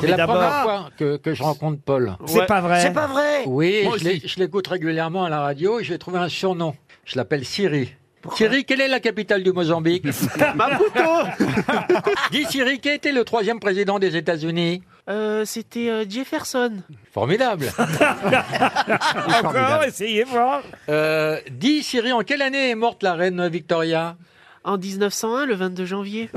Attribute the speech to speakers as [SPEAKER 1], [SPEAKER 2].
[SPEAKER 1] C'est
[SPEAKER 2] Mais
[SPEAKER 1] la
[SPEAKER 2] d'abord-
[SPEAKER 1] première fois que, que je rencontre Paul.
[SPEAKER 2] C'est pas vrai.
[SPEAKER 3] C'est pas vrai
[SPEAKER 1] Oui,
[SPEAKER 3] Moi
[SPEAKER 1] je l'ai-
[SPEAKER 3] aussi.
[SPEAKER 1] je l'écoute régulièrement à la radio et j'ai trouvé un surnom. Je l'appelle Siri. Siri, quelle est la capitale du Mozambique
[SPEAKER 3] Maputo
[SPEAKER 1] Dis Siri, qui était le troisième président des États-Unis
[SPEAKER 4] Euh, c'était euh, Jefferson.
[SPEAKER 1] Formidable.
[SPEAKER 2] Encore, essayez voir.
[SPEAKER 1] Euh, dis Siri, en quelle année est morte la reine Victoria
[SPEAKER 4] En 1901, le 22 janvier.